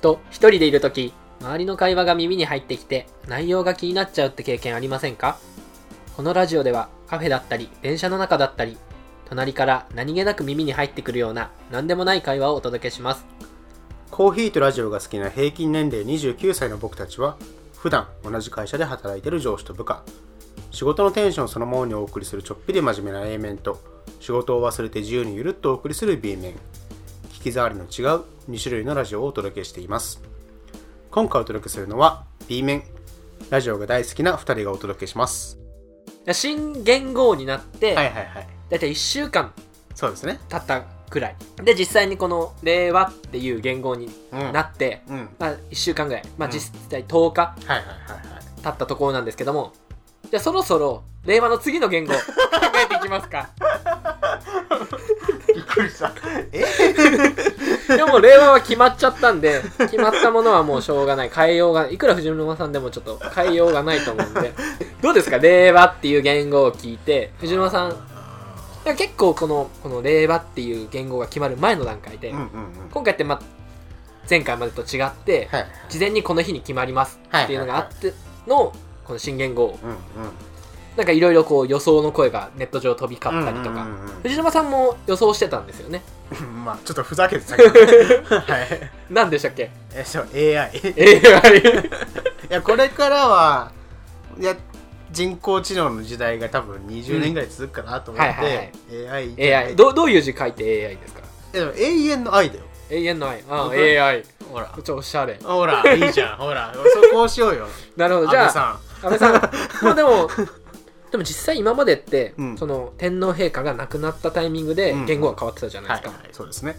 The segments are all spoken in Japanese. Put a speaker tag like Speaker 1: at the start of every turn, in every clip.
Speaker 1: と、一人でいるとき、周りの会話が耳に入ってきて、内容が気になっちゃうって経験ありませんかこのラジオでは、カフェだったり、電車の中だったり、隣から何気なく耳に入ってくるような、何でもない会話をお届けします。
Speaker 2: コーヒーとラジオが好きな平均年齢29歳の僕たちは普段同じ会社で働いている上司と部下仕事のテンションそのものにお送りするちょっぴり真面目な A 面と仕事を忘れて自由にゆるっとお送りする B 面聞き障りの違う2種類のラジオをお届けしています今回お届けするのは B 面ラジオが大好きな2人がお届けします
Speaker 1: 新元号になって、
Speaker 2: はいはいはい
Speaker 1: だいたい1週間
Speaker 2: そうですね
Speaker 1: 経ったくらい。で、実際にこの、令和っていう元号に
Speaker 2: うん
Speaker 1: なって、
Speaker 2: うんはい
Speaker 1: まあ、1週間ぐらい、まあ、
Speaker 2: うん
Speaker 1: 実際10日
Speaker 2: はいはいはい
Speaker 1: 経ったところなんですけども、じゃあそろそろ、令和の次の 言語、考えていきますか。
Speaker 2: びっくりしたえ
Speaker 1: でも、令和は決まっちゃったんで、決まったものはもうしょうがない。変えようが、いくら藤沼さんでもちょっと変えようがないと思うんで。どうですか令和っていう言語を聞いて、藤沼さん、でも結構この、この令和っていう言語が決まる前の段階で、
Speaker 2: うんうんうん
Speaker 1: 今回って、まあ、前回までと違って、
Speaker 2: はい
Speaker 1: 事前にこの日に決まりますっていうのがあっての、この新元号、
Speaker 2: うんうん
Speaker 1: なんかいろいろこう予想の声がネット上飛び交ったりとか、
Speaker 2: うんうんうんうん
Speaker 1: 藤沼さんも予想してたんですよね。
Speaker 2: まあちょっとふざけて たけど、ね、はい
Speaker 1: 何でしたっけ
Speaker 2: えそう AI い
Speaker 1: ええ、あれ
Speaker 2: やこれからはいや人工知能の時代が多分20年ぐらい続くかなと思って、
Speaker 1: うんはいはい
Speaker 2: AI じゃない
Speaker 1: AI どうどういう字書いて AI ですか
Speaker 2: いやでも永遠の愛だよ
Speaker 1: 永遠の愛ああ
Speaker 2: 僕
Speaker 1: AI
Speaker 2: ほら
Speaker 1: めっちゃおしゃれ
Speaker 2: ほらいい じゃんほらそこをしようよ
Speaker 1: なるほど じ
Speaker 2: 安
Speaker 1: ゃ
Speaker 2: 倍
Speaker 1: あ安倍
Speaker 2: さ
Speaker 1: さ んまあでもでも実際今までって、
Speaker 2: うん
Speaker 1: その天皇陛下が亡くなったタイミングで
Speaker 2: うん
Speaker 1: 言語が変わってたじゃ
Speaker 2: ん
Speaker 1: ないですか、
Speaker 2: そうですね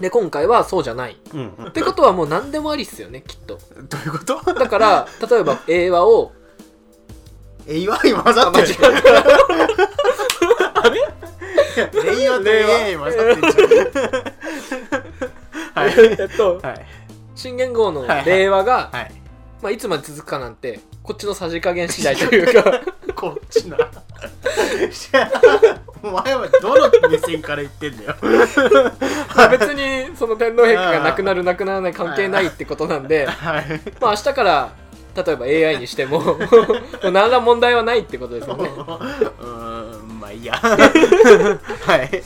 Speaker 1: で今回はそうじゃないっ
Speaker 2: うん、うん
Speaker 1: てことはもう何でもありっすよねきっと
Speaker 2: どういうこと
Speaker 1: だから例えば英和 を
Speaker 2: 令和に混ざって
Speaker 1: 間違
Speaker 2: る
Speaker 1: えた
Speaker 2: 令和と
Speaker 1: 令和
Speaker 2: AI に混ざってんじ ゃんはい
Speaker 1: えっと
Speaker 2: はい
Speaker 1: 新元号の令和が、
Speaker 2: はい
Speaker 1: まあ、いつまで続くかなんてこっちのさじ加減次第という か
Speaker 2: こっちな。お前はどの目線から言ってんだよ。
Speaker 1: 別にその天皇陛下が亡くなる亡くならない関係ないってことなんで、
Speaker 2: はい。
Speaker 1: まあ、明日から例えば AI に してももう何ら問題はないってことですよね
Speaker 2: ん、まあいいや。はい。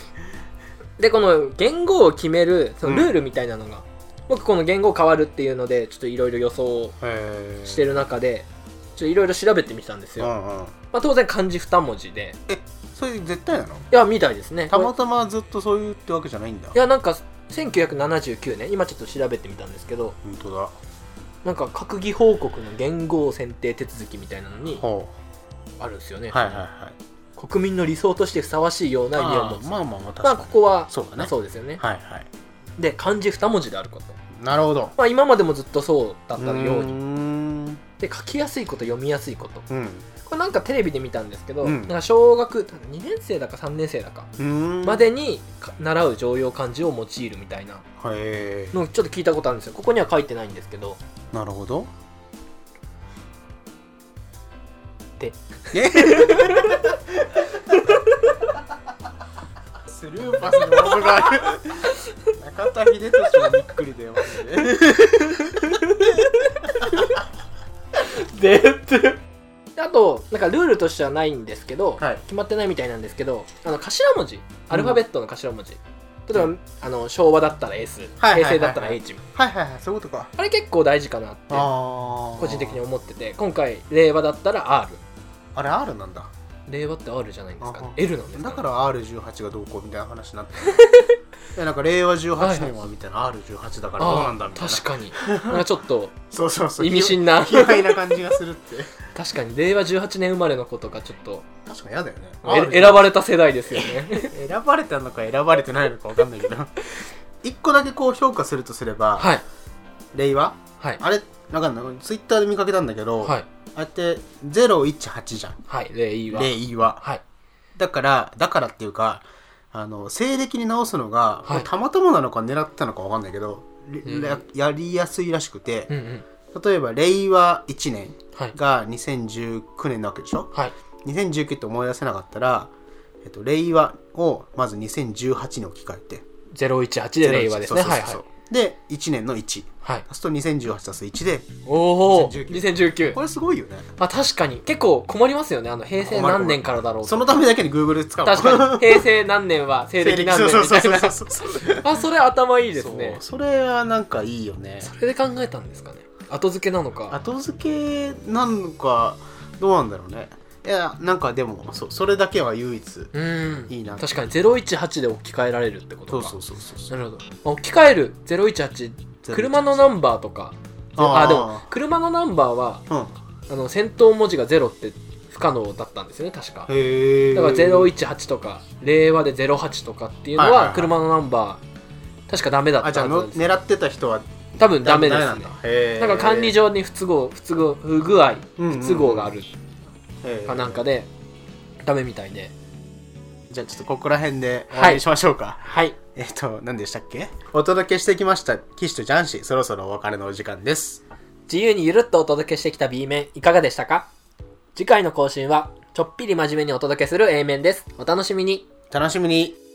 Speaker 1: でこの言語を決めるそのルールみたいなのが、僕この言語変わるっていうのでちょっといろいろ予想をして
Speaker 2: る
Speaker 1: る中でちょっといろいろ調べてみたんです
Speaker 2: う
Speaker 1: よ、
Speaker 2: んうん。
Speaker 1: まあ、当然漢字2文字で
Speaker 2: それ絶対なの
Speaker 1: いやみたいですね
Speaker 2: たまたまずっとそういうってわけじゃないんだ
Speaker 1: い。やなんか1979年今ちょっと調べてみたんですけど
Speaker 2: 本当だ。
Speaker 1: なんか閣議報告の元号選定手続きみたいなのに
Speaker 2: ほ
Speaker 1: あるんですよ
Speaker 2: う
Speaker 1: ね、
Speaker 2: はいはいはい。
Speaker 1: 国民の理想としてふさわしいような意味を持
Speaker 2: あ
Speaker 1: つ
Speaker 2: ーまあまあまあ、確
Speaker 1: ま
Speaker 2: か
Speaker 1: あ
Speaker 2: に
Speaker 1: ここは
Speaker 2: そうだね
Speaker 1: そうですよね、
Speaker 2: はいは
Speaker 1: で漢字2文字であること
Speaker 2: い。なるほど。
Speaker 1: まあ今までもずっとそうだったよう
Speaker 2: ー
Speaker 1: に
Speaker 2: ん。
Speaker 1: で書きやすいこと読みやすいこと
Speaker 2: うん。う
Speaker 1: これなんかテレビで見たんですけど、
Speaker 2: うん
Speaker 1: なんか小学2年生だか3年生だか
Speaker 2: ーん
Speaker 1: ま。でにか習う常用漢字を用いるみたいな
Speaker 2: へえ。
Speaker 1: のをちょっと聞いたことあるんですよここには書いてないんですけど
Speaker 2: なるほど。
Speaker 1: で。
Speaker 2: スルーパスの音がある。中田秀俊もびっくりだよ、マジで。
Speaker 1: であとなんかルールとしてはないんですけど、
Speaker 2: はい
Speaker 1: 決まってないみたいなんですけどあの頭文字アルファベットの頭文字、例えば、あの昭和だったら S、
Speaker 2: はいはいはいはい
Speaker 1: 平成だったら H
Speaker 2: はいはいはい、そういうことか。
Speaker 1: あれ結構大事かなって
Speaker 2: ああ。
Speaker 1: 個人的に。思ってて今回令和だったら R
Speaker 2: あれ R なんだ。
Speaker 1: 令和って R じゃないんですか、
Speaker 2: あは
Speaker 1: L なんです
Speaker 2: だ
Speaker 1: か
Speaker 2: か
Speaker 1: ね、
Speaker 2: ら R18 がどうこうみたいな話になってる。いやなんか令和18年はみたいな R18 だからどうなんだみたいな
Speaker 1: 確かになんかちょっ と
Speaker 2: そうそうそう
Speaker 1: 意味深な
Speaker 2: 卑猥な感じがするって
Speaker 1: 確かに令和18年生まれの子とかちょっと
Speaker 2: 確かに嫌だよね
Speaker 1: え選ばれた世代ですよ ね
Speaker 2: 選ばれたのか選ばれてないのか分かんないけど 一個だけこう評価するとすれば、
Speaker 1: はい
Speaker 2: 令和
Speaker 1: はい
Speaker 2: あれわかんないツイッターで見かけたんだけど、
Speaker 1: はい
Speaker 2: あれって018じゃん
Speaker 1: はい令和
Speaker 2: 令和
Speaker 1: はい
Speaker 2: だからだからっていうかあの西暦に直すのが、
Speaker 1: はい
Speaker 2: たまたまなのか狙ってたのかわかんないけど、れ
Speaker 1: うん
Speaker 2: ややりやすいらしくて
Speaker 1: う、んうん
Speaker 2: 例えば令和1年
Speaker 1: はい
Speaker 2: が2019年なわけでしょ
Speaker 1: はい
Speaker 2: 2019って思い出せなかったら、えっと、令和をまず2018に置き換えて
Speaker 1: 018で令和ですね。
Speaker 2: そうそう
Speaker 1: はい
Speaker 2: そう
Speaker 1: はい
Speaker 2: そう。で1年の1
Speaker 1: はい。
Speaker 2: 足すと2018足す1で
Speaker 1: おお
Speaker 2: 2019
Speaker 1: 2019。
Speaker 2: これすごいよね
Speaker 1: まあ確かに。結構困りますよね。あの、平成何年からだろうと
Speaker 2: そのためだけに Google 使うもん
Speaker 1: 確 かに。平成何年は西暦何
Speaker 2: そう
Speaker 1: 年
Speaker 2: そう
Speaker 1: みたい
Speaker 2: そう
Speaker 1: な
Speaker 2: そ。う そうそう
Speaker 1: あ、それ頭いいですね。
Speaker 2: そうそれはなんかいいよね
Speaker 1: それで考えたんですかね。後付けなのか。
Speaker 2: 後付けなのかどうなんだろうねいやなんかでもそうそれだけは唯一
Speaker 1: うーん。
Speaker 2: いいな
Speaker 1: 確かに018で置き換えられるってこと
Speaker 2: そう
Speaker 1: か。
Speaker 2: そうそうそう
Speaker 1: なるほど。まあ置き換える018、車のナンバーとか。あでも、車のナンバーは、
Speaker 2: うん
Speaker 1: あの、先頭文字が0って不可能だったんですよね、確か。
Speaker 2: へえ
Speaker 1: だから018とか令和で08とかっていうの
Speaker 2: はいはいは
Speaker 1: はい車のナンバー確かダメだ
Speaker 2: あ
Speaker 1: っ
Speaker 2: じゃ
Speaker 1: たは
Speaker 2: あ
Speaker 1: ずな
Speaker 2: の
Speaker 1: んです
Speaker 2: 狙ってた人は
Speaker 1: 多分ダメです
Speaker 2: なん
Speaker 1: ね
Speaker 2: だへえ
Speaker 1: なんか管理上に不都合不都合不具合
Speaker 2: うんうん
Speaker 1: 不都合がある
Speaker 2: へえ
Speaker 1: かなんかでダメみたいで
Speaker 2: じゃあちょっとここら辺で
Speaker 1: はい
Speaker 2: 終わりにしましょうか、
Speaker 1: はい
Speaker 2: えっと何でしたっけお届けしてきました岸とジャンシーそろそろお別れのお時間です
Speaker 1: 自由にゆるっとお届けしてきた B 面いかがでしたか次回の更新はちょっぴり真面目にお届けする A 面ですお楽しみに
Speaker 2: 楽しみに